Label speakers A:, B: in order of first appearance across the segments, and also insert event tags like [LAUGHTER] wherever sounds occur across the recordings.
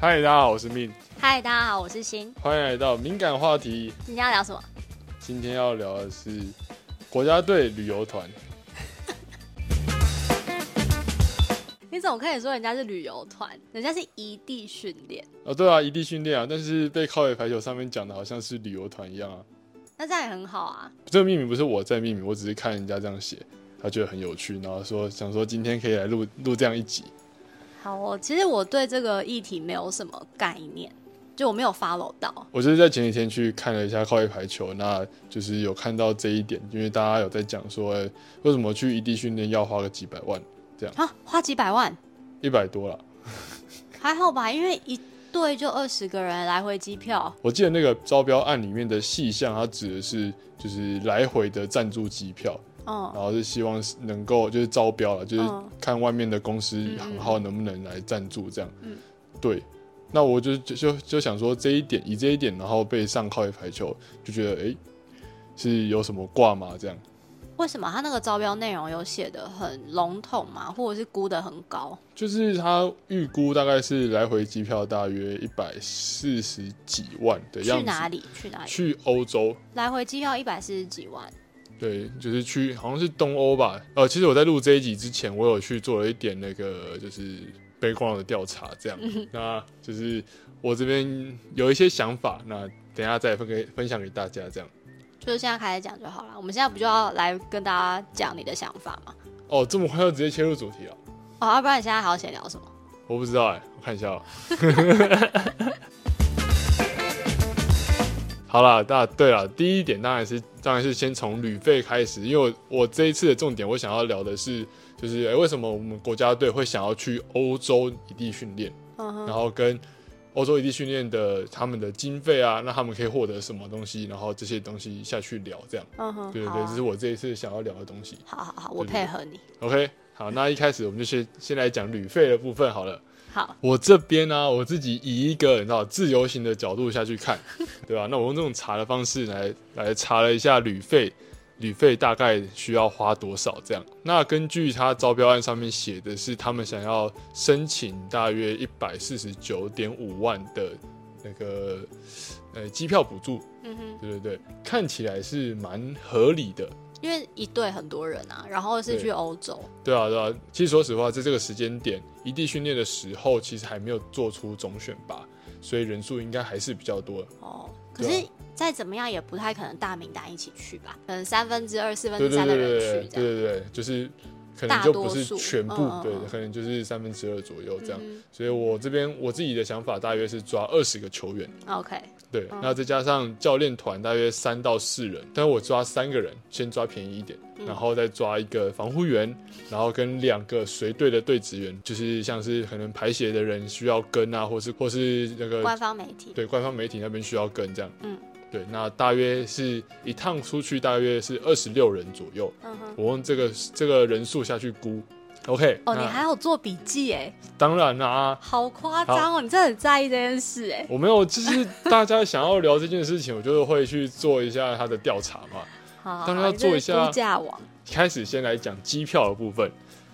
A: 嗨，大家好，我是 Min，
B: 嗨，大家好，我是欣，
A: 欢迎来到敏感话题。
B: 今天要聊什么？
A: 今天要聊的是国家队旅游团，
B: 你怎么可以说人家是旅游团？人家是异地训练，
A: 哦，对啊，异地训练啊，但是被靠野排球上面讲的好像是旅游团一样啊。
B: 那这样也很好啊。
A: 这个命名不是我在命名，我只是看人家这样写，他觉得很有趣，然后说想说今天可以来录录这样一集。
B: 好哦，其实我对这个议题没有什么概念，就我没有 follow 到。
A: 我就是在前几天去看了一下靠野排球，那就是有看到这一点，因为大家有在讲说、哎为什么去异地训练要花个几百万，
B: 啊，花几百万
A: 一百多啦。
B: 还好吧，因为一队就二十个人，来回机票。
A: 我记得那个招标案里面的细项，它指的是就是来回的赞助机票，
B: 嗯
A: 然后是希望是能够就是招标了，就是
B: 嗯
A: 看外面的公司
B: 嗯嗯
A: 行号能不能来赞助这样。
B: 嗯
A: 对。那我就就就就想说这一点，以这一点，然后被上靠一排球，就觉得诶是有什么挂吗？这样
B: 为什么他那个招标内容有写的很笼统嘛，或者是估的很高？
A: 就是他预估大概是来回机票大约一百四十几万的样
B: 去
A: 子，
B: 哪里？去哪里？
A: 去欧洲，
B: 来回机票一百四十几万。
A: 对，就是去好像是东欧吧。呃，其实我在录这一集之前，我有去做了一点那个就是 background 的调查，这样。那就是我这边有一些想法，那等一下再分给分享给大家这样。
B: 就是现在开始讲就好了。我们现在不就要来跟大家讲你的想法吗？
A: 哦，这么快就直接切入主题了？
B: 哦，要不然你现在还要闲聊什么？
A: 我不知道哎、我看一下、哦。 [LAUGHS] 好啦，那对了，第一点当然是当然是先从旅费开始，因为我我这一次的重点，我想要聊的是，就是、哎诶为什么我们国家队会想要去欧洲异地训练，
B: 嗯哼，
A: 然后跟欧洲异地训练的他们的经费啊，那他们可以获得什么东西，然后这些东西下去聊，这样，
B: 嗯哼，
A: 对对
B: 好
A: 对，
B: 啊
A: 这是我这一次想要聊的东西。
B: 好好好，我
A: 对对
B: 配合你。
A: OK，好，那一开始我们就先先来讲旅费的部分好了。
B: 好，
A: 我这边呢、我自己以一个你知道自由行的角度下去看， [LAUGHS] 对吧、那我用这种查的方式来来查了一下旅费，旅费大概需要花多少这样。那根据他招标案上面写的是，他们想要申请大约一百四十九点五万的那个呃机票补助，
B: 嗯哼，
A: 对对对，看起来是蛮合理的。
B: 因为一队很多人啊，然后是去欧洲，
A: 对啊，对啊。其实说实话，在这个时间点，一地训练的时候，其实还没有做出总选拔，所以人数应该还是比较多的。
B: 哦，可
A: 对啊
B: 是再怎么样也不太可能大名单一起去吧，可能三分之二、四分
A: 对
B: 之
A: 对
B: 三的
A: 对对
B: 人
A: 对
B: 去这样。
A: 对对，就是可能
B: 大
A: 就
B: 多
A: 不是
B: 数
A: 全部，
B: 嗯嗯
A: 对
B: 嗯，
A: 可能就是三分之二左右这样。
B: 嗯
A: 所以我这边我自己的想法大约是抓二十个球员，
B: 哼 OK，
A: 对，
B: 嗯
A: 那再加上教练团大约三到四人，但我抓三个人，先抓便宜一点，
B: 嗯
A: 然后再抓一个防护员，然后跟两个随队的队职员，就是像是可能排协的人需要跟啊，或是或是那个
B: 官方媒体，
A: 对官方媒体那边需要跟这样，
B: 嗯，
A: 对，那大约是一趟出去大约是二十六人左右，
B: 嗯哼，
A: 我用这个这个人数下去估，OK，
B: 哦，
A: 那
B: 你还有做笔记哎，
A: 当然啦、
B: 好夸张哦，你真的很在意这件事哎。
A: 我没有，就是大家想要聊这件事情，我就会去做一下他的调查嘛。
B: 好，好
A: 当然
B: 好
A: 要
B: 你
A: 做
B: 这
A: 一
B: 是
A: 下
B: 估价网，
A: 开始先来讲机票的部分，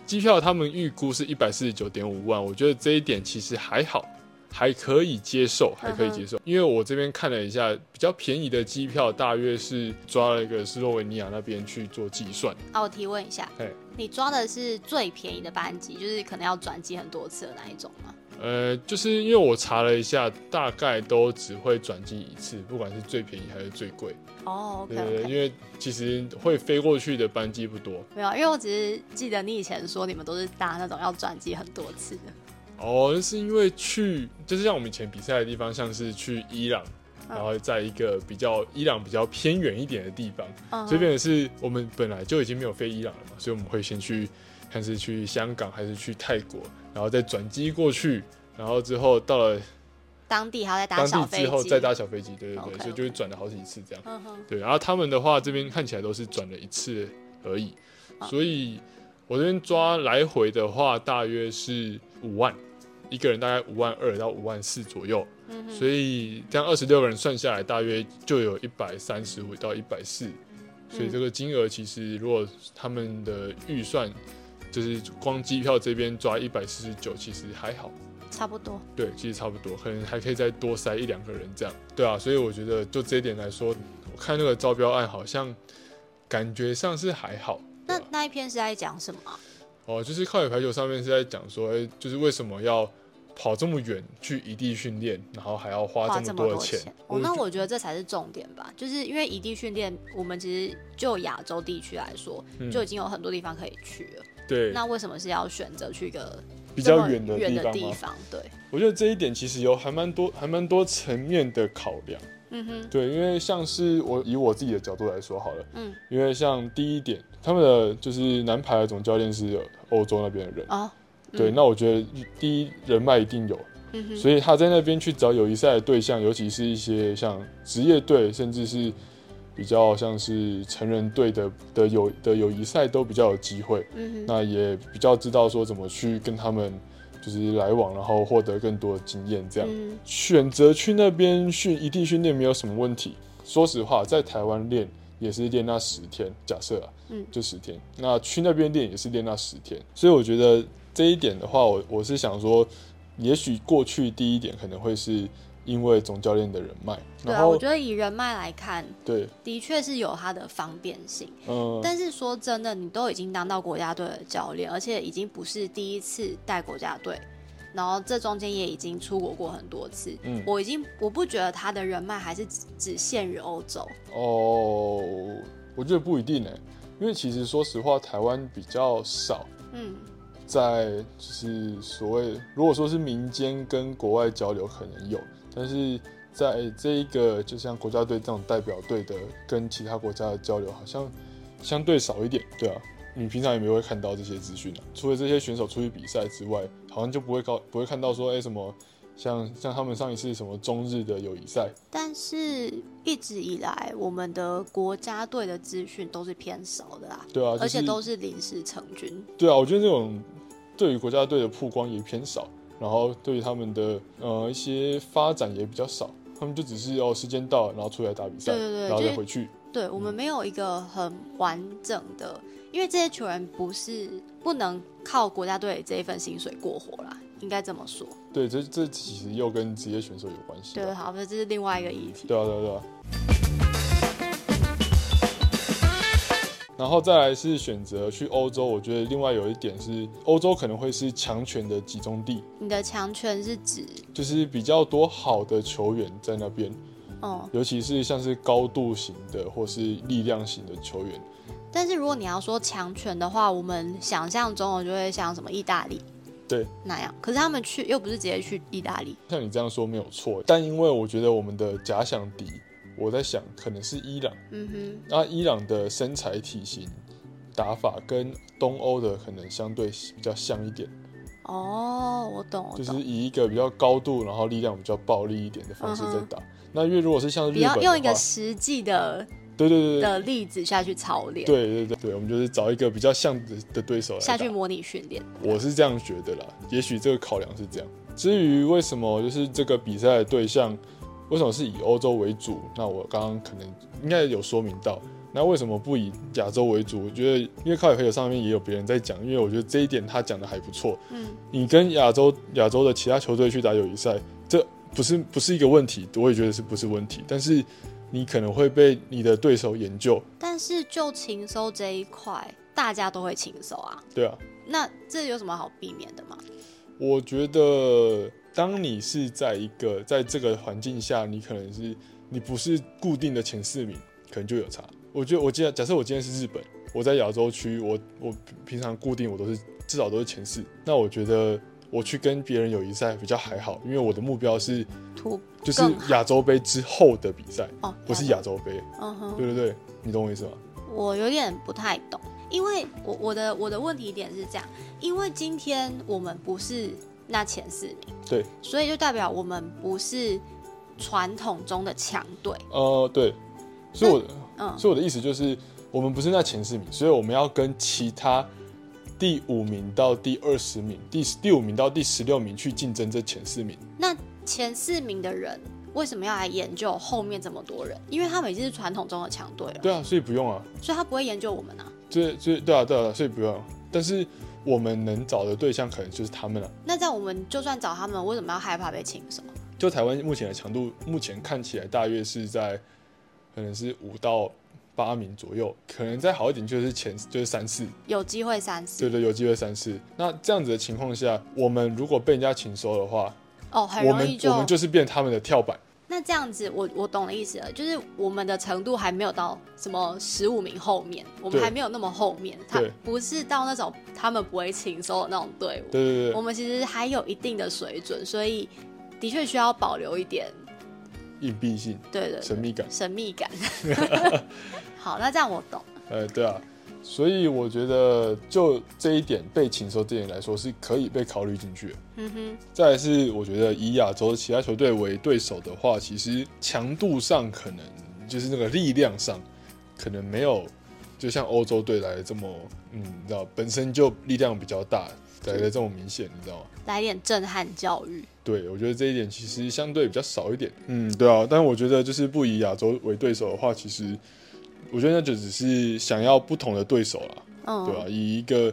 A: 机票他们预估是一百四十九点五万，我觉得这一点其实还好，还可以接受，还可以接受。因为我这边看了一下，比较便宜的机票大约是抓了一个斯洛文尼亚那边去做计算，
B: 啊，我提问一下
A: 嘿，
B: 你抓的是最便宜的班机，就是可能要转机很多次的那一种吗？
A: 呃，就是因为我查了一下，大概都只会转机一次，不管是最便宜还是最贵。
B: 哦，OK
A: 对对对，
B: OK，
A: 因为其实会飞过去的班机不多。
B: 没有，因为我只是记得你以前说你们都是搭那种要转机很多次的，
A: 哦，那是因为去，就是像我们以前比赛的地方，像是去伊朗，
B: 嗯
A: 然后在一个比较伊朗比较偏远一点的地方，
B: 嗯
A: 所以变成是我们本来就已经没有飞伊朗了嘛，所以我们会先去，看是去香港还是去泰国，然后再转机过去，然后之后到了
B: 当地还要再搭
A: 当
B: 小
A: 地
B: 飞
A: 之后
B: 机，
A: 再搭小飞机，对对对
B: OK，
A: 所以就会转了好几次这样。
B: 嗯哼，
A: 对，然后他们的话这边看起来都是转了一次而已，
B: 嗯
A: 所以我这边抓来回的话，大约是五万，一个人大概五万二到五万四左右，
B: 嗯哼，
A: 所以这样二十六个人算下来，大约就有一百三十五到一百四，所以
B: 嗯
A: 这个金额其实如果他们的预算就是光机票这边抓一百四十九，其实还好，
B: 差不多。
A: 对，其实差不多，可能还可以再多塞一两个人这样。对啊，所以我觉得就这一点来说，我看那个招标案好像感觉上是还好。
B: 那那一篇是在讲什么啊？
A: 哦，就是靠野排球上面是在讲说，哎就是为什么要跑这么远去异地训练，然后还要花
B: 花
A: 这
B: 这
A: 么多
B: 多
A: 的钱。
B: 哦，那
A: 就
B: 我觉得这才是重点吧，就是因为异地训练，我们其实就亚洲地区来说，
A: 嗯
B: 就已经有很多地方可以去了。
A: 对
B: 那为什么是要选择去一个
A: 比
B: 这
A: 较
B: 么
A: 远的
B: 远
A: 地
B: 的
A: 方
B: 地
A: 吗？
B: 方？对，
A: 我觉得这一点其实有还蛮多还蛮多层面的考量。
B: 嗯哼，
A: 对，因为像是我以我自己的角度来说好了，
B: 嗯，
A: 因为像第一点，他们的就是男排的总教练是欧洲那边的人，
B: 哦，嗯
A: 对，那我觉得第一人脉一定有，
B: 嗯哼，
A: 所以他在那边去找友谊赛的对象，尤其是一些像职业队，甚至是比较像是成人队的的友的友谊赛都比较有机会，
B: 嗯哼，
A: 那也比较知道说怎么去跟他们就是来往，然后获得更多的经验这样。
B: 嗯，
A: 选择去那边训异地训练没有什么问题。说实话，在台湾练也是练那十天，假设啊，
B: 嗯
A: 就十天。那去那边练也是练那十天，所以我觉得这一点的话，我我是想说，也许过去第一点可能会是因为总教练的人脉，
B: 对
A: 然
B: 啊，我
A: 后
B: 觉得以人脉来看，
A: 对，
B: 的确是有它的方便性。
A: 嗯，
B: 但是说真的，你都已经当到国家队的教练，而且已经不是第一次带国家队，然后这中间也已经出国过很多次。
A: 嗯
B: 我已经我不觉得他的人脉还是只只限于欧洲。
A: 哦，我觉得不一定哎、因为其实说实话，台湾比较少
B: 嗯
A: 在就是所谓如果说是民间跟国外交流可能有，但是在这一个就像国家队这种代表队的跟其他国家的交流好像相对少一点，对啊。你平常也没会看到这些资讯啊，除了这些选手出去比赛之外，好像就不会高不会看到说，哎、什么像像他们上一次什么中日的友谊赛，
B: 但是一直以来，我们的国家队的资讯都是偏少的啦，
A: 对啊，就是、
B: 而且都是临时成军。
A: 对啊，我觉得这种对于国家队的曝光也偏少，然后对于他们的呃一些发展也比较少，他们就只是哦时间到了，然后出来打比赛，
B: 对对对
A: 然后
B: 就
A: 再
B: 是
A: 回去。
B: 对
A: 嗯
B: 我们没有一个很完整的，因为这些球员不是不能靠国家队这一份薪水过活啦，应该这么说。
A: 对，这这其实又跟职业选手有关系啊。
B: 对，好，这是另外一个议题。
A: 对啊，对啊，对啊。然后再来是选择去欧洲，我觉得另外有一点是，欧洲可能会是强权的集中地，
B: 你的强权是指，
A: 就是比较多好的球员在那边，
B: 哦、
A: 尤其是像是高度型的或是力量型的球员，
B: 但是如果你要说强权的话，我们想象中我就会像什么意大利，
A: 对，
B: 那样。可是他们去又不是直接去意大利，
A: 像你这样说没有错，但因为我觉得我们的假想敌，我在想可能是伊朗。
B: 嗯哼，
A: 那伊朗的身材体型、打法跟东欧的可能相对比较像一点，
B: 哦，我懂，我
A: 就是
B: 懂，
A: 以一个比较高度，然后力量比较暴力一点的方式在
B: 嗯哼
A: 打。那因为如果是像
B: 比
A: 日本
B: 较
A: 的
B: 用一个
A: 话
B: 实际的
A: 对对对对
B: 的例子下去操练，
A: 对对对对，我们就是找一个比较像的的对手来
B: 下
A: 打
B: 去模拟训练。
A: 我是这样觉得啦，也许这个考量是这样。至于为什么就是这个比赛的对象为什么是以欧洲为主，那我刚刚可能应该有说明到。那为什么不以亚洲为主？我觉得因为靠野朋友上面也有别人在讲，因为我觉得这一点他讲的还不错。
B: 嗯，
A: 你跟亚洲亚洲的其他球队去打友谊赛，这不是不是一个问题，我也觉得是不是问题。但是你可能会被你的对手研究，
B: 但是就情收这一块，大家都会情收啊，
A: 对啊。
B: 那这有什么好避免的吗？
A: 我觉得，当你是在一个在这个环境下，你可能是你不是固定的前四名，可能就有差。我觉得，我今天假设我今天是日本，我在亚洲区，我我平常固定我都是至少都是前四。那我觉得我去跟别人友谊赛比较还好，因为我的目标是
B: 图
A: 就是
B: 更好
A: 亚洲杯之后的比赛，
B: 哦，
A: 不是
B: 亚
A: 亚洲杯。
B: 洲，嗯哼，
A: 对对对，你懂我意思吗？
B: 我有点不太懂，因为我我的我的问题点是这样，因为今天我们不是那前四名，
A: 对，
B: 所以就代表我们不是传统中的强队，
A: 呃，对，所以我。
B: 嗯，
A: 所以我的意思就是，我们不是那前四名，所以我们要跟其他第五名到第二十名、第第五名到第十六名去竞争这前四名。
B: 那前四名的人为什么要来研究后面这么多人？因为他们已经是传统中的强队了，
A: 对啊，所以不用啊，
B: 所以他不会研究我们啊。
A: 所以所以对啊对啊，所以不用。但是我们能找的对象可能就是他们啊了。
B: 那这样我们就算找他们，为什么要害怕被请手？
A: 就台湾目前的强度，目前看起来大约是在可能是五到八名左右，可能再好一点就是前就是三四，
B: 有机会三次
A: 对对，有机会三四。那这样子的情况下，我们如果被人家请收的话，
B: 哦，很
A: 我
B: 容
A: 们
B: 易
A: 我们就是变他们的跳板。
B: 那这样子我，我懂了意思了，就是我们的程度还没有到什么十五名后面，我们
A: 对
B: 还没有那么后面，他
A: 对
B: 不是到那种他们不会轻松的那种队伍，
A: 对对
B: 我
A: 对，
B: 们其实还有一定的水准，所以的确需要保留一点，
A: 隐蔽性、
B: 对的
A: 神秘感，
B: 神秘
A: [LAUGHS]
B: 感。 [LAUGHS] 好，那这样我懂，
A: 呃，对啊。所以我觉得就这一点被请收这一点来说是可以被考虑进去的。
B: 嗯哼，
A: 再来是我觉得以亚洲其他球队为对手的话，其实强度上可能就是那个力量上，可能没有就像欧洲队来的这么，嗯，你知道本身就力量比较大来的这么明显，你知道吗？
B: 来点震撼教育，
A: 对，我觉得这一点其实相对比较少一点。嗯，对啊，但我觉得就是不以亚洲为对手的话，其实我觉得那就只是想要不同的对手啦，
B: 嗯，
A: 对吧、啊以一个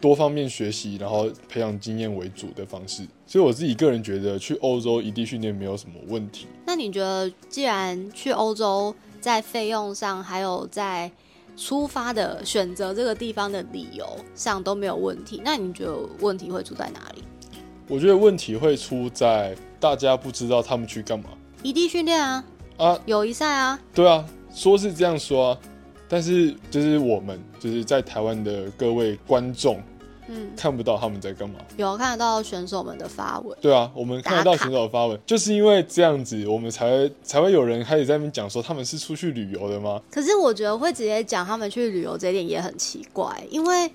A: 多方面学习，然后培养经验为主的方式。所以我自己个人觉得，去欧洲异地训练没有什么问题。
B: 那你觉得，既然去欧洲，在费用上还有在出发的选择这个地方的理由上都没有问题，那你觉得问题会出在哪里？
A: 我觉得问题会出在大家不知道他们去干嘛
B: 异地训练啊，
A: 啊？
B: 友谊赛啊，
A: 对啊，说是这样说啊，但是就是我们就是在台湾的各位观众
B: 嗯，
A: 看不到他们在干嘛。
B: 有看得到选手们的发文，
A: 对啊，我们看得
B: 打
A: 到
B: 卡
A: 选手的发文，就是因为这样子，我们才会才会有人开始在那边讲说他们是出去旅游的吗？
B: 可是我觉得会直接讲他们去旅游这一点也很奇怪，因为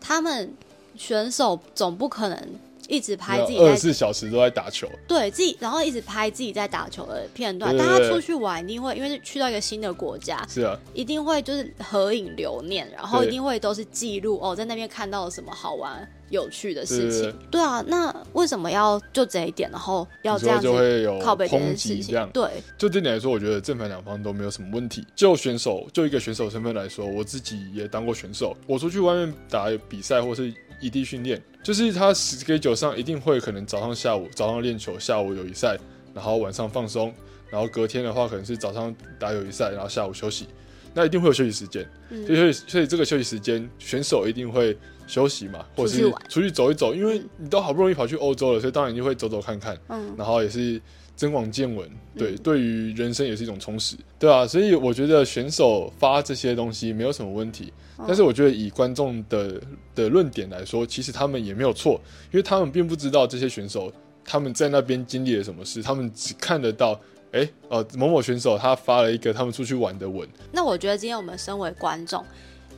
B: 他们选手总不可能一直拍自己
A: 二
B: 在
A: 十四小时都在打球，
B: 对自己，然后一直拍自己在打球的片段，
A: 对对
B: 大家
A: 对
B: 出去玩一定会，因为是去到一个新的国家，
A: 是啊，
B: 一定会就是合影留念，然后
A: 对
B: 一定会都是记录哦，在那边看到了什么好玩、有趣的事
A: 对对
B: 情。
A: 对
B: 对啊，那为什么要就这一点，然后要
A: 有时
B: 这
A: 候
B: 样
A: 就
B: 子
A: 会有
B: 靠背这
A: 抨
B: 件
A: 击
B: 事
A: 这样
B: 情？。对，
A: 就这点来说，我觉得正反两方都没有什么问题。就选手，就一个选手身份来说，我自己也当过选手，我出去外面打比赛或是异地训练，就是他 schedule 上一定会可能早上、下午，早上练球，下午友谊赛，然后晚上放松，然后隔天的话可能是早上打友谊赛，然后下午休息，那一定会有休息时间。
B: 嗯
A: 所以所以这个休息时间，选手一定会休息嘛，或者
B: 出去
A: 是
B: 玩
A: 出去走一走，因为
B: 嗯
A: 你都好不容易跑去欧洲了，所以当然你就会走走看看。
B: 嗯，
A: 然后也是增广见闻，对，
B: 嗯
A: 对于人生也是一种充实，对啊，所以我觉得选手发这些东西没有什么问题，
B: 哦
A: 但是我觉得以观众的的论点来说，其实他们也没有错，因为他们并不知道这些选手他们在那边经历了什么事，他们只看得到。哎，呃，某某选手他发了一个他们出去玩的文，
B: 那我觉得今天我们身为观众，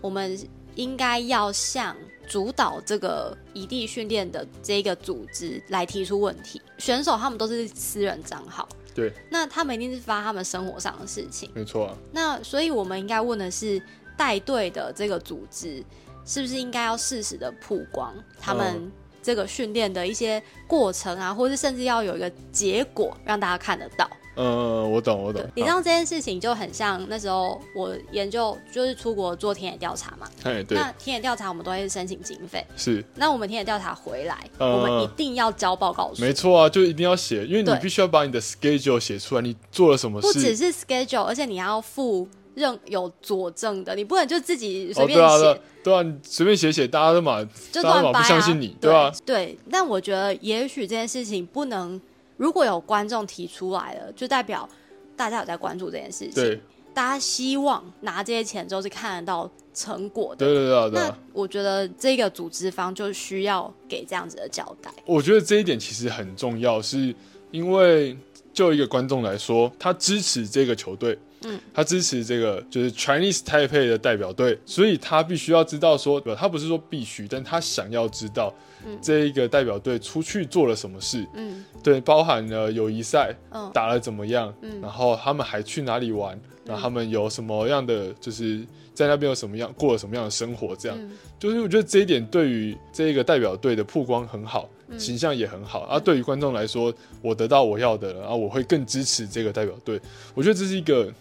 B: 我们应该要向主导这个异地训练的这个组织来提出问题。选手他们都是私人账号，
A: 对，
B: 那他们一定是发他们生活上的事情。
A: 没错啊，
B: 那所以我们应该问的是，带队的这个组织是不是应该要适时的曝光他们
A: 嗯
B: 这个训练的一些过程啊，或是甚至要有一个结果让大家看得到。
A: 嗯，我懂，我懂
B: 对，，你知道这件事情就很像那时候我研究就是出国做田野调查嘛，
A: 好，哎，对，
B: 那田野调查我们都会申请经费，
A: 是，
B: 那我们田野调查回来，
A: 嗯
B: 我们一定要交报告书
A: 没。错啊，就一定要写，因为你
B: 对
A: 必须要把你的 schedule 写出来，你做了什么
B: 不
A: 事
B: 只，是 schedule，而且你要附任有佐证的，你不能就自己随
A: 哦，
B: 便
A: 对
B: 写、
A: 啊，对啊，对啊，你随便写写，大家都嘛，
B: 就
A: 大家
B: 乱
A: 嘛
B: 掰、啊、
A: 不相信你，对吧、
B: 对，但我觉得也许这件事情不能，如果有观众提出来了，就代表大家有在关注这件事
A: 对
B: 情，，大家希望拿这些钱之后是看得到成果的。
A: 对对对啊对
B: 那
A: 啊。
B: 我觉得这个组织方就需要给这样子的交代。
A: 我觉得这一点其实很重要，是因为就一个观众来说，他支持这个球队，
B: 嗯，
A: 他支持这个就是 Chinese Taipei 的代表队，所以他必须要知道说，对吧他不是说必须，但他想要知道
B: 嗯
A: 这一个代表队出去做了什么事，
B: 嗯
A: 对，包含了友谊赛，
B: 嗯
A: 打了怎么样，
B: 嗯
A: 然后他们还去哪里玩，然后他们有什么样的，就是在那边有什么样过了什么样的生活，这样，
B: 嗯
A: 就是我觉得这一点对于这个代表队的曝光很好，
B: 嗯
A: 形象也很好，啊，对于观啊众来说，我得到我要的了，然后我会更支持这个代表队，我觉得这是一个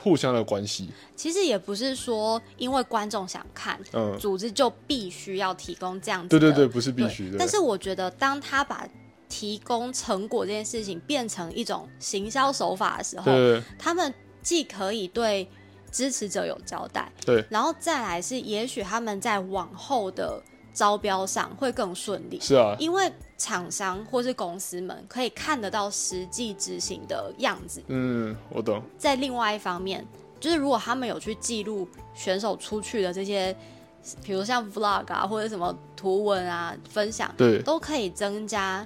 A: 互相的关系。
B: 其实也不是说因为观众想看，
A: 嗯，
B: 组织就必须要提供这样子
A: 对
B: 的。
A: 对对，不是必
B: 对
A: 须的。
B: 但是我觉得，当他把提供成果这件事情变成一种行销手法的时候，
A: 对
B: 他们既可以对支持者有交代，
A: 对，
B: 然后再来是，也许他们在往后的招标上会更顺利，
A: 是啊，
B: 因为厂商或是公司们可以看得到实际执行的样子。
A: 嗯，我懂。
B: 在另外一方面，就是如果他们有去记录选手出去的这些，比如像 vlog 啊，或者什么图文啊分享，
A: 对，
B: 都可以增加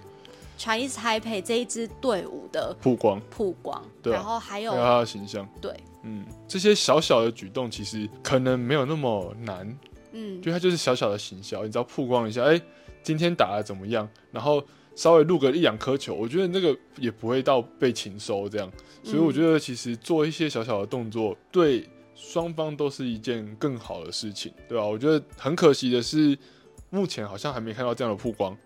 B: Chinese Taipei 这一支队伍的
A: 曝光
B: 曝光，
A: 对啊
B: 然后还有
A: 还有他的形象，
B: 对，
A: 嗯，这些小小的举动其实可能没有那么难，
B: 嗯，
A: 就它就是小小的行销，你只要曝光一下，哎、今天打的怎么样，然后稍微录个一两颗球，我觉得那个也不会到被情收这样，所以我觉得其实做一些小小的动作，对双方都是一件更好的事情，对吧、我觉得很可惜的是，目前好像还没看到这样的曝光，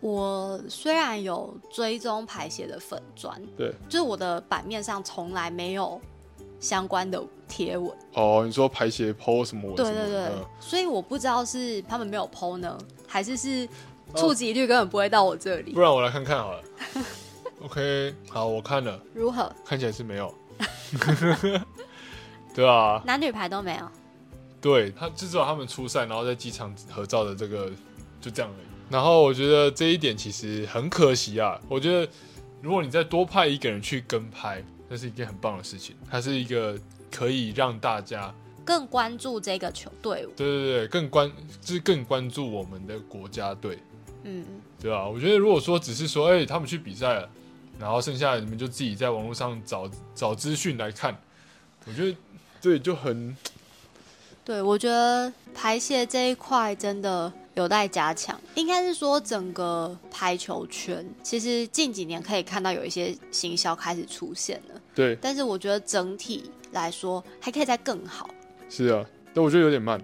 B: 我虽然有追踪排协的粉砖，
A: 对，
B: 就是我的版面上从来没有相关的贴文，
A: 哦，你说排协 PO 什么文什
B: 对
A: 么嗯
B: 对对，
A: 的，
B: 所以我不知道是他们没有 PO 呢，还是是
A: 哦
B: 触及率根本不会到我这里
A: 不，然我来看看好了。OK，好，我看了，
B: 如何？
A: 看起来是没有。 [LAUGHS] 对啊，
B: 男女排都没有，
A: 对他，至少他们出赛，然后在机场合照的这个就这样而已。然后我觉得这一点其实很可惜啊。我觉得如果你再多派一个人去跟拍，那是一件很棒的事情，它是一个可以让大家
B: 更关注这个球队伍，
A: 对对对更关，就是更关注我们的国家队，
B: 嗯，
A: 对吧、我觉得如果说只是说，哎、他们去比赛了，然后剩下的你们就自己在网络上找找资讯来看，我觉得对就很
B: 对，我觉得排泄这一块真的有待加强。应该是说，整个排球圈其实近几年可以看到有一些行销开始出现了，
A: 对，
B: 但是我觉得整体来说还可以再更好。
A: 是啊，但我觉得有点慢。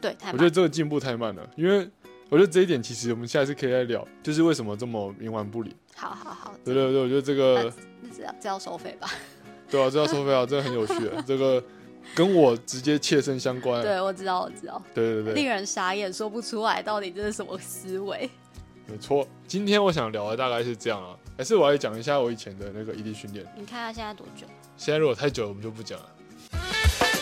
B: 对，太
A: 我觉得
B: 慢。
A: 这个进步太慢了，因为我觉得这一点其实我们下一次可以再聊，就是为什么这么冥顽不灵。
B: 好好好，
A: 对对对，我觉得呃这个
B: 那只要只要收费吧。
A: 对啊，这要收费啊，这个很有趣啊，这个跟我直接切身相关啊。
B: 对，我知道，我知道，
A: 对对对
B: 令人傻眼，说不出来到底这是什么思维。
A: 没错。今天我想聊的大概是这样啊，还是我来讲一下我以前的那个异 E 地训练。
B: 你看他现在多
A: [LAUGHS]
B: 久？
A: 现在如果太久了，我们就不讲了。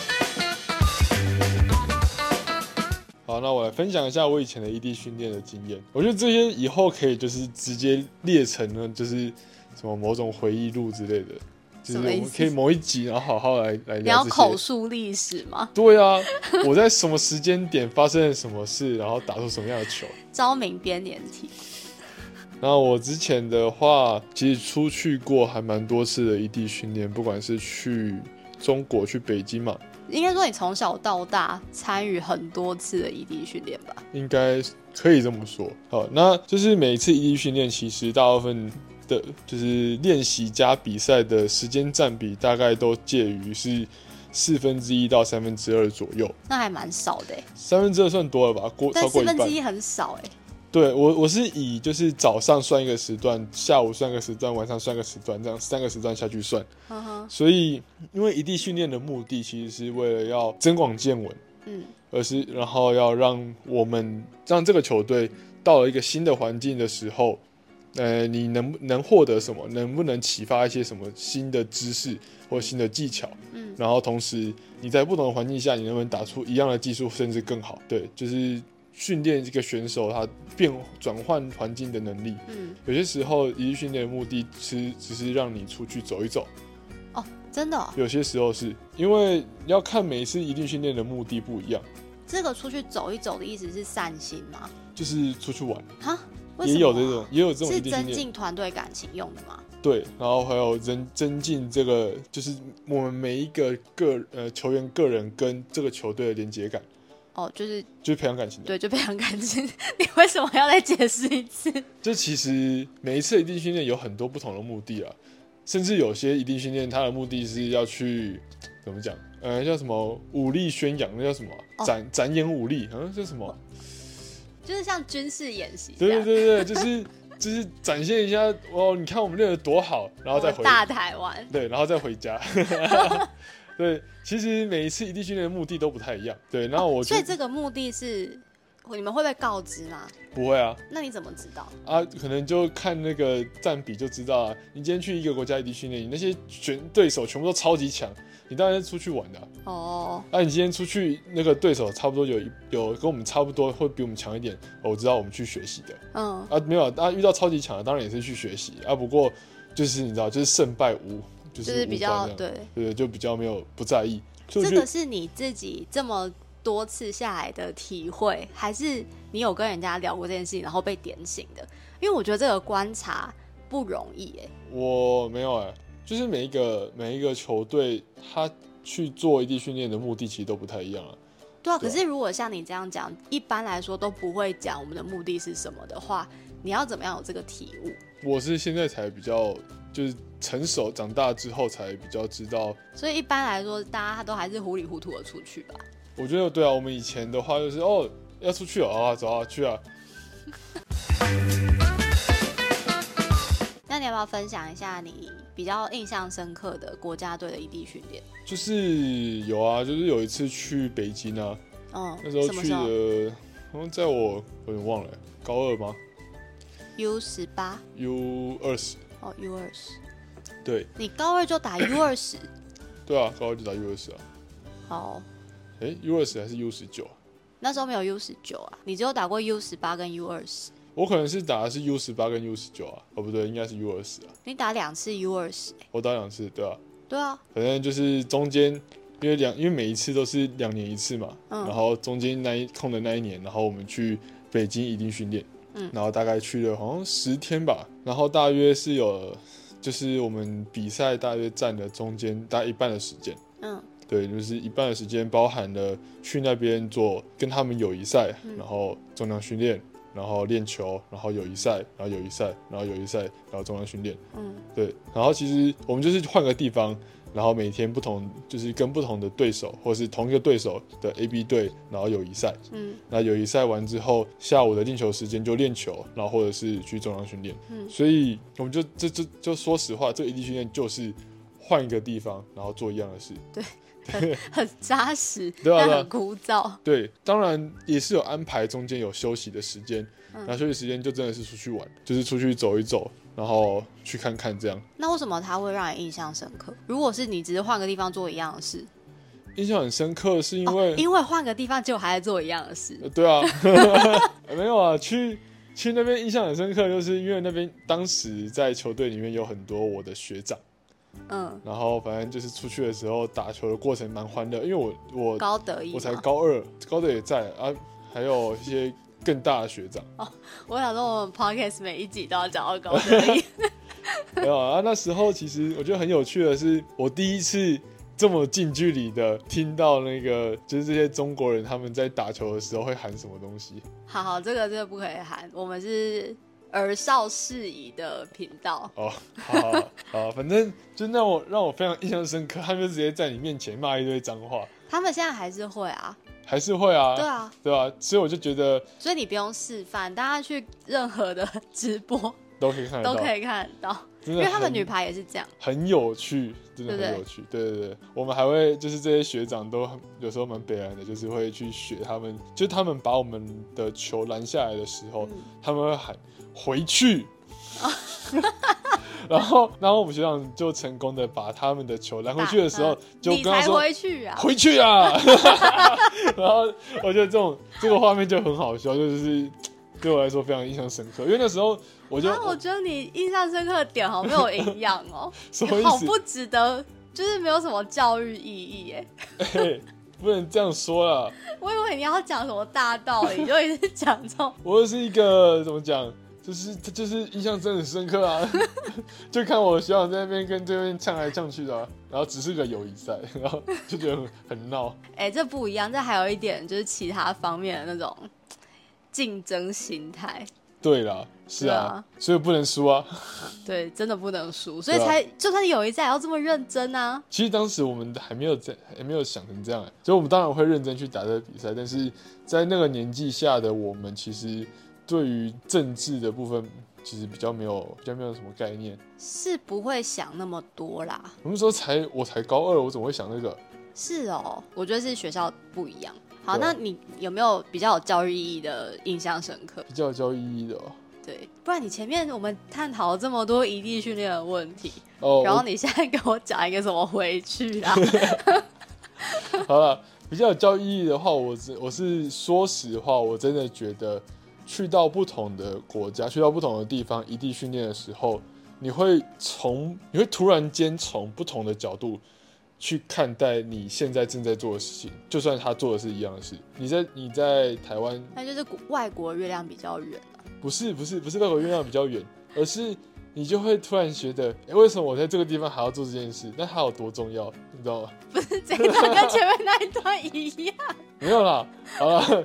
A: 好，那我来分享一下我以前的异地训练的经验。我觉得这些以后可以就是直接列成呢，就是什么某种回忆录之类的，就是
B: 什
A: 我
B: 么意
A: 们
B: 思
A: 可以某一集，然后好好来来
B: 你要
A: 聊这
B: 口
A: 些。
B: 述历史吗？
A: 对啊，我在什么时间点发生了什么事，然后打出什么样的球。
B: 昭明编年体。
A: 那我之前的话，其实出去过还蛮多次的异地训练，不管是去中国、去北京嘛，
B: 应该说你从小到大参与很多次的异地训练吧？
A: 应该可以这么说。好，那就是每一次异地训练，其实大部分的，就是练习加比赛的时间占比，大概都介于是四分之一到三分之二左右。
B: 那还蛮少的欸，
A: 三分之二算多了吧，过超
B: 但
A: 过
B: 四
A: 一
B: 分
A: 半
B: 之。一很少哎。
A: 对我，我是以就是早上算一个时段，下午算一个时段，晚上算一个时段，这样三个时段下去算。
B: 呵呵，
A: 所以，因为异地训练的目的其实是为了要增广见闻，
B: 嗯，
A: 而是然后要让我们让这个球队到了一个新的环境的时候，呃，你能能获得什么，能不能启发一些什么新的知识或新的技巧，
B: 嗯，
A: 然后同时你在不同的环境下，你能不能打出一样的技术，甚至更好？对，就是训练这个选手他变转换环境的能力。
B: 嗯，
A: 有些时候，一日训练的目的是只是让你出去走一走，
B: 真的哦、
A: 有些时候是因为要看每一次一定训练的目的不一样，
B: 这个出去走一走的意思是散心吗？
A: 就是出去玩。
B: 哈，为什
A: 也
B: 么
A: 有
B: 啊
A: 这种，也有这种
B: 是
A: 一定训
B: 增
A: 练，
B: 进团队感情用的吗？
A: 对，然后还有增增进这个，就是我们每一个个呃球员个人跟这个球队的连接感，
B: 哦，就是
A: 就是培养感情的。
B: 对，就非常感情。 [LAUGHS] 你为什么要再解释一 [LAUGHS] 次？
A: 这其实每一次一定训练有很多不同的目的啊，甚至有些一定训练它的目的是要去怎么讲？呃，叫什么武力宣扬？那叫什么啊、
B: 哦
A: 展展演武力？好、像叫什么？
B: 就是像军事演习这
A: 对
B: 样。
A: 对对对，就是 [LAUGHS] 就是展现一下哦，你看我们练得多好，然后再回
B: 大台湾，
A: 对，然后再回家。 [LAUGHS] 对，其实每一次异地训练的目的都不太一样。对，然后我觉
B: 哦所以
A: 得
B: 这个目的是你们会被告知吗？
A: 不会啊
B: 那你怎么知道？
A: 啊，可能就看那个占比就知道啊。你今天去一个国家异地训练，你那些选对手全部都超级强，你当然是出去玩的啊、
B: 哦，
A: 那、你今天出去那个对手差不多有一有跟我们差不多，会比我们强一点、哦我知道我们去学习的
B: 嗯，
A: 啊，没有啊，啊遇到超级强的当然也是去学习啊，不过就是你知道，就是胜败无就
B: 就是是
A: 无
B: 比
A: 关
B: 较
A: 这样
B: 对。
A: 对，就比较没有不在意。所以我觉
B: 这
A: 得
B: 个是你自己这么多次下来的体会，还是你有跟人家聊过这件事情，然后被点醒的？因为我觉得这个观察不容易、欸，
A: 我没有哎、就是每一个每一个球队他去做异地训练的目的其实都不太一样啊。
B: 对啊，
A: 对
B: 可
A: 啊
B: 是如果像你这样讲，一般来说都不会讲我们的目的是什么的话，你要怎么样有这个体悟？
A: 我是现在才比较就是成熟长大之后才比较知道，
B: 所以一般来说，大家都还是糊里糊涂的出去吧。
A: 我觉得对啊，我们以前的话就是哦要出去哦好啊，走啊去啊，
B: 那你要不要分享一下你比较印象深刻的国家队的异地训练？
A: 就是有啊，就是有一次去北京啊，
B: 嗯，
A: 那时候
B: 什么
A: 啊去
B: 时候
A: 的，好像在我有点忘了、高二吗
B: ？U 十八
A: ？U 二十，
B: 哦，U 二十，
A: 对
B: 你高二
A: [COUGHS]
B: 就打 U 二十，
A: 对啊，高二就打 U 二十啊，
B: 哦，
A: 诶、u 二十还是 U 十九？
B: 那时候没有 U 十九啊，你只有打过 U 十八跟 U 二十，
A: 我可能是打的是 U 十八跟 U 十九啊，哦不对，应该是 U 二十啊，
B: 你打两次 U 二十、欸
A: 我打两次，对啊，
B: 对啊，
A: 反正就是中间因为两因为每一次都是两年一次嘛，
B: 嗯
A: 然后中间那一空的那一年，然后我们去北京一定训练，
B: 嗯
A: 然后大概去了好像十天吧，然后大约是有就是我们比赛大约占了中间大概一半的时间。
B: 嗯，
A: 对，就是一半的时间包含了去那边做跟他们友谊赛，
B: 嗯
A: 然后重量训练，然后练球，然后友谊赛，然后友谊赛，然后友谊赛，然后重量训练。
B: 嗯， [LAUGHS]
A: 对，然后其实我们就是换个地方，然后每天不同，就是跟不同的对手，或是同一个对手的 A、B 队，然后友谊赛。
B: 嗯，
A: 那友谊赛完之后，下午的练球时间就练球，然后或者是去重量训练。
B: 嗯
A: 所以我们就这这就说实话，这个异地训练就是换一个地方，然后做一样的事。
B: 很扎实，
A: 对啊对啊
B: 但很枯燥，
A: 对，当然也是有安排中间有休息的时间，
B: 嗯
A: 然后休息时间就真的是出去玩，就是出去走一走，然后去看看这样。
B: 那为什么它会让你印象深刻？如果是你只是换个地方做一样的事，
A: 印象很深刻是因
B: 哦
A: 为，
B: 因为换个地方就还在做一样的事，
A: 呃对啊， [LAUGHS] 没有啊，去去那边印象很深刻，就是因为那边当时在球队里面有很多我的学长，
B: 嗯，
A: 然后反正就是出去的时候打球的过程蛮欢乐，因为我我
B: 高德一
A: 我才
B: 嘛
A: 高二，高的也在啊，还有一些更大的学长。
B: 我想说我们 podcast 每一集都要讲到高德
A: [LAUGHS]
B: 一，
A: 没有啊，那时候其实我觉得很有趣的是，我第一次这么近距离的听到那个，就是这些中国人他们在打球的时候会喊什么东西。
B: 好好，这个这个不可以喊，我们是儿少适宜的频道，
A: 哦， [LAUGHS] 好好好好，反正就让我让我非常印象深刻，他们就直接在你面前骂一堆脏话，
B: 他们现在还是会啊，
A: 还是会啊，
B: 对啊，
A: 对吧、所以我就觉得
B: 所以你不用示范，大家去任何的 [LAUGHS] 直播
A: 都可以看得
B: 都
A: 到，
B: 可以看得到，
A: 真
B: 因
A: 的
B: 为他们
A: 很
B: 女排也是这样。
A: 很有趣，真的
B: 对不对
A: 很有趣。对对对我们还会就是这些学长都很有时候蛮北然的，就是会去学他们，就是他们把我们的球拦下来的时候，
B: 嗯哦
A: 他们会喊回去。 [LAUGHS] 然后，然后我们学长就成功的把他们的球拦回去的时候
B: 打，
A: 就
B: 呃你
A: 跟他
B: 才
A: 说
B: 回去啊，
A: 回去啊！ [LAUGHS] 然后我觉得这种这个画面就很好笑，就是对我来说非常印象深刻，因为那时候我就、
B: 啊，我觉得你印象深刻的点好没有营养哦， [LAUGHS]
A: 什么意
B: 好
A: 思？
B: 不值得，就是没有什么教育意义哎。
A: [LAUGHS] 嘿不能这样说啊啦。
B: [LAUGHS] 我以为你要讲什么大道理，就一直讲这种
A: 我是一个怎么讲，就是他就是印象真的很深刻啊， [LAUGHS] 就看我学长在那边跟对面呛来呛去的啊、然后只是个友谊赛，然后就觉得很很闹。
B: 哎、这不一样，这还有一点就是其他方面的那种竞争心态，
A: 对啦，是啊，所以不能输啊。
B: 对，真的不能输，所以
A: 对啊
B: 才、就算有一赛也要这么认真啊。
A: 其实当时我们还没有在，还没有想成这样、啊欸，所以我们当然会认真去打这个比赛，但是在那个年纪下的我们，其实对于政治的部分其实比较没有比较没有什么概念。
B: 是不会想那么多啦。
A: 我们说才我才高二，我怎么会想那个？
B: 是哦，我觉得是学校不一样。好，
A: 对啊
B: 那你有没有比较有教育意义的印象深刻？
A: 比较有教育意义的哦。
B: 对，不然你前面我们探讨了这么多异地训练的问题，
A: 哦，
B: 然后你现在给我讲一个什么回去 [LAUGHS] 啊？
A: 我好了，比较有教育意义的话，我只我是说实话，我真的觉得去到不同的国家，去到不同的地方，异地训练的时候，你会从你会突然间从不同的角度去看待你现在正在做的事情，就算他做的是一样的事。你在你在台湾
B: 那就是国外国月亮比较圆啊、
A: 不是不是不是外国月亮比较远，而是你就会突然觉得，哎、为什么我在这个地方还要做这件事？那它有多重要，你知道吗？
B: [LAUGHS] 这一段跟前面那一段一样。
A: 没有啦， [LAUGHS] 好了，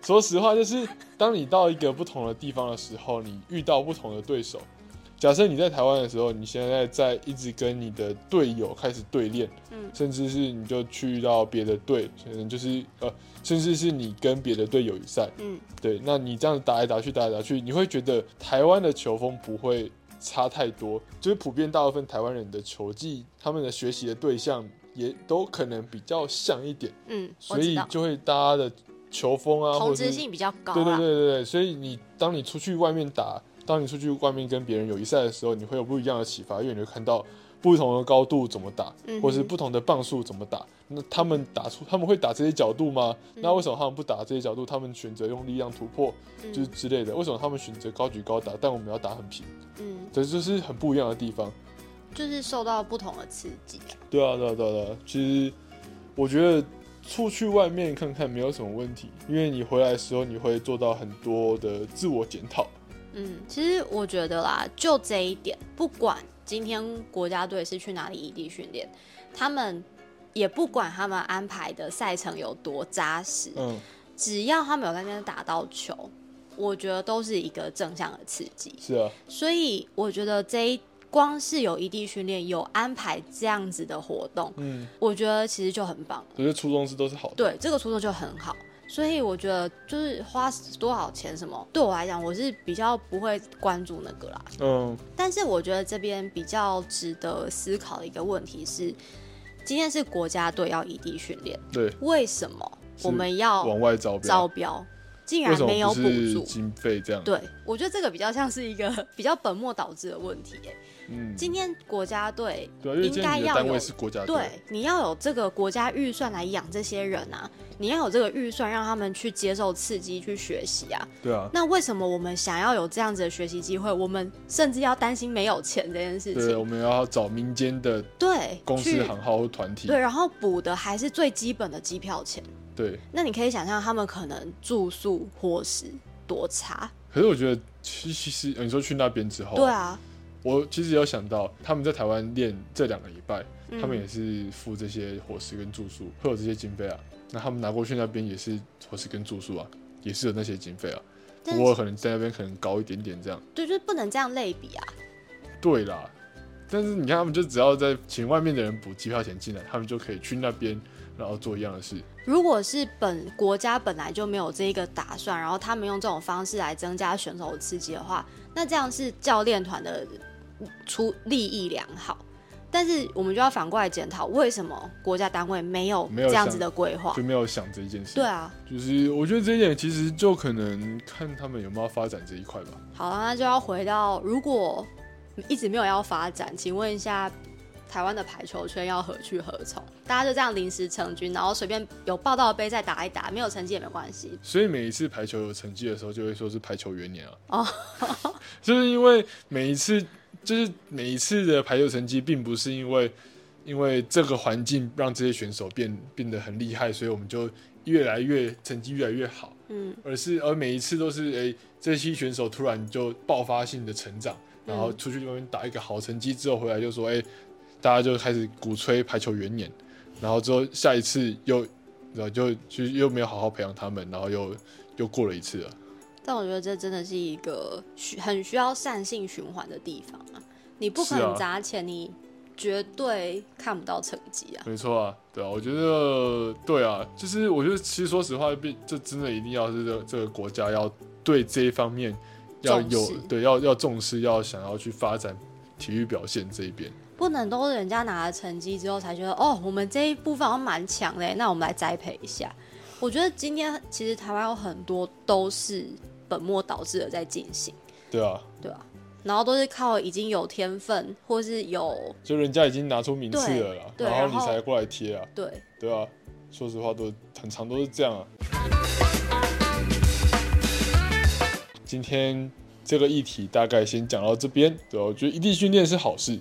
A: 说实话，就是当你到一个不同的地方的时候，你遇到不同的对手。假设你在台湾的时候，你现在在一直跟你的队友开始对练，
B: [LAUGHS] 嗯
A: 甚至是你就去到别的队，可能就是呃，甚至是你跟别的队友一赛，
B: 嗯，
A: 对，那你这样打来打去，打来打去，你会觉得台湾的球风不会差太多，就是普遍大部分台湾人的球技，他们的学习的对象也都可能比较像一点，
B: 嗯，我
A: 所
B: 知
A: 以
B: 道，
A: 就会大家的球风啊，
B: 同
A: 或者
B: 质
A: 是
B: 性比较高
A: 对对
B: 啦。
A: 对对对，所以你当你出去外面打，当你出去外面跟别人友谊赛的时候，你会有不一样的启发，因为你会看到不同的高度怎么打，
B: 嗯哼
A: 或是不同的磅数怎么打。那他们打出他们会打这些角度吗？那为什么他们不打这些角度？他们选择用力量突破，就是
B: 嗯
A: 之类的。为什么他们选择高举高打，但我们要打很平？
B: 嗯，
A: 这就是很不一样的地方。
B: 就是受到不同的刺激啊、
A: 对啊，对啊，对啊，对啊。其实我觉得出去外面看看没有什么问题，因为你回来的时候你会做到很多的自我检讨。
B: 嗯，其实我觉得啦，就这一点，不管今天国家队是去哪里异地训练，他们也不管他们安排的赛程有多扎实，
A: 嗯，
B: 只要他们有在那边打到球，我觉得都是一个正向的刺激。
A: 是啊，
B: 所以我觉得这一光是有异地训练，有安排这样子的活动，
A: 嗯，
B: 我觉得其实就很棒。
A: 我觉得初衷是都是好的。
B: 对，这个出手就很好。所以我觉得就是花多少钱什么，对我来讲我是比较不会关注那个啦。
A: 嗯，
B: 但是我觉得这边比较值得思考的一个问题是，今天是国家队要异地训练，
A: 对，
B: 为什么
A: 是
B: 我们要
A: 往外招标，
B: 招标，竟
A: 啊为
B: 哦然
A: 什么
B: 没有
A: 不
B: 补
A: 是
B: 助？
A: 经费这样？，
B: 对，我觉得这个比较像是一个 [LAUGHS] 比较本末倒置的问题耶。
A: 嗯，
B: 今天国家队
A: 对啊，因为今
B: 应该
A: 天你的
B: 要
A: 单
B: 有
A: 位是国家队，
B: 对，你要有这个国家预算来养这些人啊，你要有这个预算让他们去接受刺激、去学习啊。
A: 对啊，
B: 那为什么我们想要有这样子的学习机会，我们甚至要担心没有钱这件事
A: 对，
B: 情？
A: 啊我们要找民间的
B: 对，
A: 啊公司
B: 去
A: 行号或团体，
B: 对，然后补的还是最基本的机票钱。
A: 对。
B: 那你可以想象他们可能住宿、伙食多差。
A: 可是我觉得，其其实呃你说去那边之后，
B: 对，啊，
A: 我其实有想到，他们在台湾练这两个礼拜，
B: 嗯
A: 他们也是付这些伙食跟住宿，会有这些经费啊。那他们拿过去那边也是伙食跟住宿啊，也是有那些经费啊。
B: 但
A: 不过可能在那边可能高一点点这样。
B: 对，就是不能这样类比啊。
A: 对啦，但是你看他们就只要在请外面的人补机票钱进来，他们就可以去那边，然后做一样的事。
B: 如果是本国家本来就没有这一个打算，然后他们用这种方式来增加选手的刺激的话，那这样是教练团的出利益良好。但是我们就要反过来检讨，为什么国家单位没有
A: 没有
B: 这样
A: 像
B: 子的规划
A: 就？没有想这一件事。
B: 对，啊，
A: 就是我觉得这一点其实就可能看他们有没有发展这一块吧。
B: 好了，那就要回到如果一直没有要发展，请问一下。台湾的排球圈要何去何从？大家就这样临时成军，然后随便有报道的杯再打一打，没有成绩也没关系。
A: 所以每一次排球有成绩的时候，就会说是排球元年啊。
B: 哦，
A: [LAUGHS] 就是因为每一次，就是每一次的排球成绩，并不是因为因为这个环境让这些选手变变得很厉害，所以我们就越来越成绩越来越好，
B: 嗯，
A: 而是而每一次都是诶、这些选手突然就爆发性的成长，然后出去外面打一个好成绩之后回来就说诶、大家就开始鼓吹排球元年，然后之后下一次又。然后就就又没有好好培养他们，然后又又过了一次了。
B: 但我觉得这真的是一个需很需要善性循环的地方啊！你不
A: 是
B: 肯
A: 啊
B: 砸钱，你绝对看不到成绩啊！
A: 没错啊，对啊，我觉得对啊，就是我觉得其实说实话，并这真的一定要是这这个国家要对这一方面要
B: 重
A: 有
B: 视
A: 对要要重视，要想要去发展体育表现这一边。
B: 不能都是人家拿了成绩之后才觉得哦，我们这一部分好像蛮强的，那我们来栽培一下。我觉得今天其实台湾有很多都是本末倒置的在进行，
A: 对啊，
B: 对吧、然后都是靠已经有天分或是有
A: 就人家已经拿出名次
B: 对
A: 了啦，
B: 对
A: 然
B: 然
A: 后你
B: 后
A: 才过来贴啊，
B: 对
A: 对啊，说实话都很长都是这样啊。今天这个议题大概先讲到这边，对啊、我觉得异地训练是好事，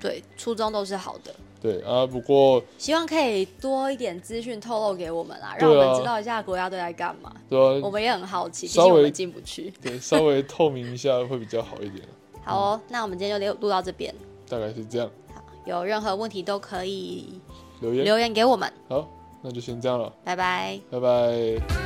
B: 对初衷都是好的。
A: 对啊，不过
B: 希望可以多一点资讯透露给我们啦，
A: 对
B: 让
A: 啊
B: 我们知道一下国家队在干嘛。
A: 对
B: 我
A: 啊，
B: 们也很好奇，毕
A: 稍
B: 竟
A: 微
B: 我们进不去。
A: 对稍微透明一下会比较好一点，
B: 好
A: 嗯
B: 哦，那我们今天就录到这边，
A: 大概是这样。
B: 有任何问题都可以
A: 留言
B: 留言给我们，
A: 好，那就先这样了，
B: 拜拜。
A: 拜拜。